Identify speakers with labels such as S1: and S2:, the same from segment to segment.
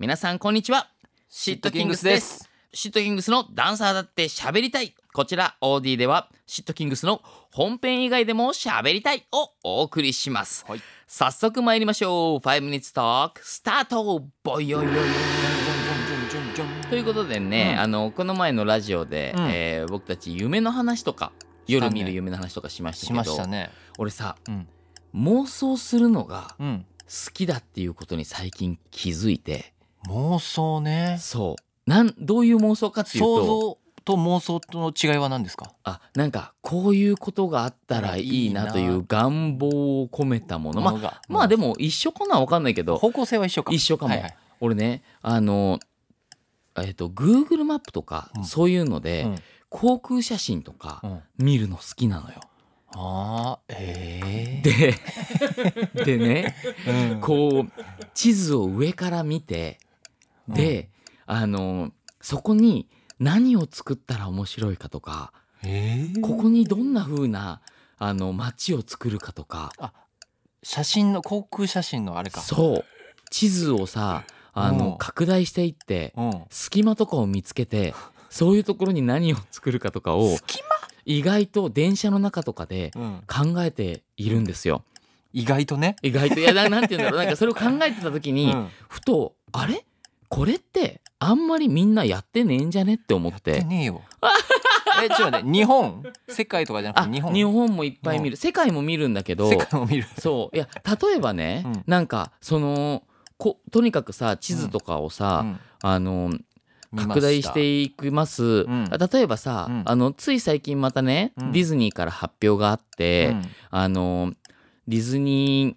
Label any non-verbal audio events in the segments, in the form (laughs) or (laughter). S1: 皆さんこんにちはシットキングスですシットキングスのダンサーだって喋りたいこちら OD ではシットキングスの本編以外でも喋りたいをお送りします、
S2: はい
S1: 早速参りましょう5 minutes talk スタートボイヨヨヨということでね、
S2: うん
S1: あのこの前のラジオで、
S2: うん
S1: えー僕たち夢の話とか
S2: した
S1: 夜
S2: ね
S1: 見る夢の話とかしました
S2: し
S1: けど
S2: ましたね。
S1: 俺さ
S2: うん。
S1: 妄想するのが
S2: うん。
S1: 好きだっていうことに最近気づいて
S2: 妄想ね。
S1: そうなんどういう妄想かっていうと
S2: 想像と妄想との違いは何ですか。
S1: あなんかこういうことがあったらいい
S2: いい
S1: な
S2: な
S1: という願望を込めたものまあ
S2: が
S1: まあで
S2: も
S1: も一緒かなわかんないけど
S2: 方向性は一緒か。
S1: 一緒かも
S2: はいはい
S1: 俺ねあのえっ、と Google マップとか、
S2: うん
S1: そういうので、
S2: うん
S1: 航空写真とか
S2: うん。
S1: 見るの好きなのよ。
S2: ああええ。 (laughs)
S1: ででね
S2: うん
S1: こう地図を上から見てで、あのそこに何を作ったら面白いかとか
S2: ええ
S1: ここにどんな風なあの街を作るかとか
S2: 写真の航空写真のあれか。
S1: そう地図をさあ
S2: う
S1: の
S2: ん
S1: 拡大していって
S2: うん。
S1: 隙間とかを見つけてそういうところに何を作るかとかを
S2: 隙
S1: 意外と電車の中とかで
S2: 間。うん。
S1: 考えているんですよ
S2: 意外とね。
S1: 意外といやななんて言うんだろうなんかそれを考えてた時
S2: う
S1: に、
S2: ん
S1: ふとあれこれってあんまりみんなやってねえんじゃねって思っ
S2: やって
S1: て
S2: (laughs) ねえよ。えちょっと待って日本世界とかじゃなく
S1: あ
S2: て
S1: 日
S2: 日
S1: 本
S2: 本
S1: もいっぱい見る世界も見るんだけど
S2: 世界を見る。
S1: そういや例えばね、
S2: うん
S1: なんかそのことにかくさ地図とかをさ、
S2: うん
S1: あの
S2: 見ま
S1: 拡
S2: した
S1: 大していきます、
S2: ん
S1: 例えばさ、
S2: うん
S1: あのつい最近またね、
S2: うん
S1: ディズニーから発表があって、
S2: うん
S1: あのディズニー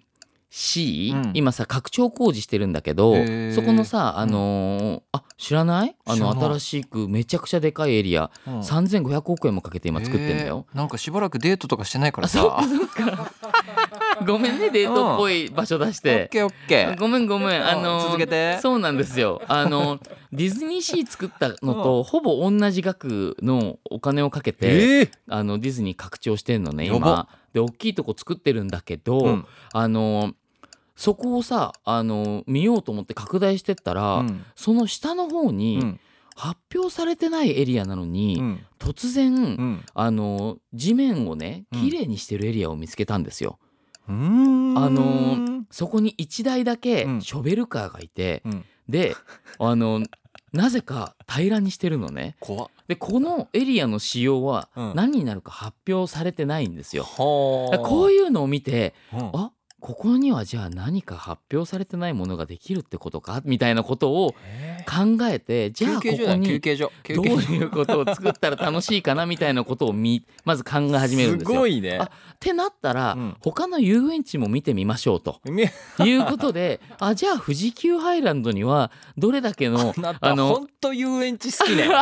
S1: シー、
S2: うん
S1: 今さ拡張工事してるんだけど
S2: へー
S1: そこのさあのーあ知らないあの
S2: 知らない
S1: 新しくめちゃくちゃでかいエリア、
S2: うん
S1: 3500億円もかけて今作ってんだよ。
S2: えーなんかしばらくデートとかしてないから
S1: あ
S2: さ
S1: そっかそっか (laughs) ごめんねデートっぽい場所出し
S2: オ
S1: て
S2: ッ。ケーオッケー
S1: ごめんごめん、あの
S2: 続けて
S1: そうなんですよあのディズニーシー作ったのとほぼ同じ額のお金をかけて、
S2: え
S1: あのディズニー拡張してんのね
S2: やば
S1: 今で大きいとこ作ってるんだけど、
S2: うん
S1: あのそこをさあの見ようと思って拡大してったら、
S2: うん
S1: その下の方
S2: う
S1: に
S2: ん
S1: 発表されてないエリアなのに、
S2: うん
S1: 突然、
S2: うん
S1: あの地面をね
S2: うん
S1: 綺麗にしてるエリアを見つけたんですよ。
S2: うーん
S1: あのそこに1台だけ
S2: うん
S1: ショベルカーがいて、
S2: うん
S1: であのなぜか平らにしてるのね
S2: 怖っ
S1: でこのエリアの仕様は
S2: うん
S1: 何になるか発表されてないんですよ、
S2: は
S1: だからこう
S2: い
S1: いうのを見て
S2: うん
S1: あここにはじゃあ何か発表されてないものができるってことかみたいなことを
S2: えー
S1: 考えてじゃあこ
S2: 休憩所
S1: こ
S2: だ休
S1: に
S2: 憩所休
S1: どう
S2: 憩所
S1: いうことを作ったら楽しいかなみたいなことをみまず考え始めるんですよ。っ
S2: いね
S1: あてなったら、
S2: うん
S1: 他の遊園地も見てみましょうと。
S2: (laughs) み
S1: いうことで、あ、じゃあ富士急ハイランドにはどれだけの、
S2: な
S1: あの
S2: んと遊園地好きねほ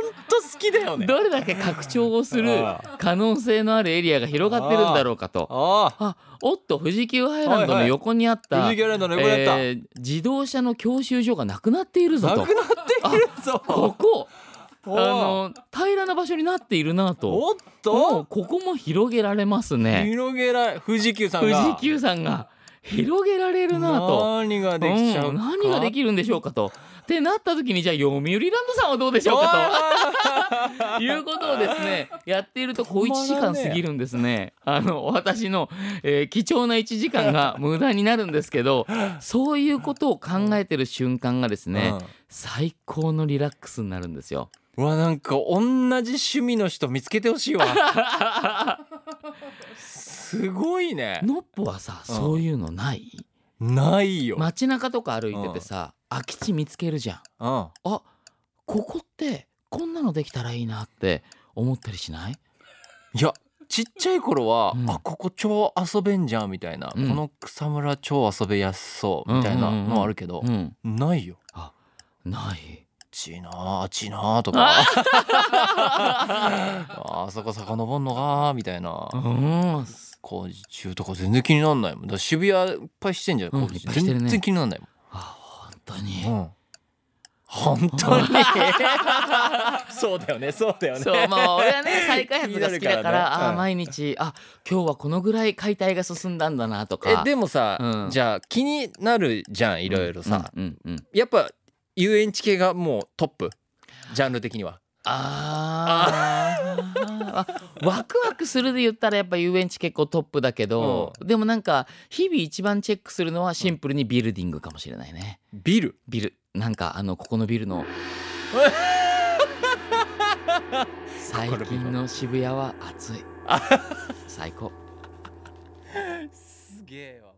S2: んと好きだよ
S1: どれだけ拡張をする
S2: あ
S1: 可能性のあるエリアが広がってるんだろうかと。
S2: あ
S1: あ、おっと富士急ハイランドの横にあった、
S2: 富士急ランドの横だった
S1: えー自動車の教習所がなくなっているぞ
S2: なくな
S1: と
S2: って。いるぞ
S1: ここ、あ
S2: おー
S1: の平らな場所になっているなと。
S2: お
S1: もう
S2: っと
S1: ここも広げられますね。
S2: 広げられ富士急さん
S1: 富
S2: が
S1: 士急さんが広げられるなと。
S2: 何ができちゃ
S1: う
S2: うか
S1: ん何ができるんでしょうかと。ってなった時にじゃあ読売ランドさんはどうでしょうかということをですねやっていると小1時間過ぎるんです
S2: (laughs)
S1: ね。あの私の、えー貴重な1時間が
S2: (laughs)
S1: 無駄になるんですけどそういうことを考えてる瞬間がですね、最高のリラックスになるんですよ。
S2: うんうわなんか同じ趣味の人見つけてほしいわすごいね
S1: のっぽはさ
S2: うん
S1: そういうのない
S2: ないよ、
S1: 街中とか歩いててさ空き地見つけるじゃん。
S2: うん
S1: あここってこんなのできたらいいなって思ったりしない
S2: いやちっちゃい頃は、
S1: うん
S2: あここ超遊べんじゃんみたいな、
S1: うん
S2: この草むら超遊べやすそうみたいなのはあるけど、
S1: うん、
S2: ないよ
S1: ない。
S2: ちいなああちいなあと (laughs) かああそこ遡んのかみたいな
S1: うん、
S2: 工事中とか全然気になんないもんだから渋谷いっぱいしてんじゃん、
S1: うん
S2: 工事
S1: いっぱいしてるね
S2: 全然気になんないもん
S1: あ本当に、
S2: うん、本当に (laughs) そうだよねそうだよね
S1: そうまあ
S2: (laughs)
S1: 俺はね再開発が好きだから
S2: 気になるからね
S1: あ
S2: う
S1: ー
S2: ん
S1: 毎日あ今日はこのぐらい解体が進んだんだなとか
S2: えでもさ、
S1: うん
S2: じゃあ気になるじゃんいろいろさ、
S1: うんうんうん
S2: やっぱ遊園地系がもうトップジャンル的には
S1: あ (laughs) ーあワクワクするで言ったらやっぱ遊園地結構トップだけど、でもなんか日々一番チェックするのはシンプルにビルディングかもしれないね
S2: ビル
S1: ビルなんかあの (laughs) ここのビルの最近の渋谷は暑い最高
S2: すげえわ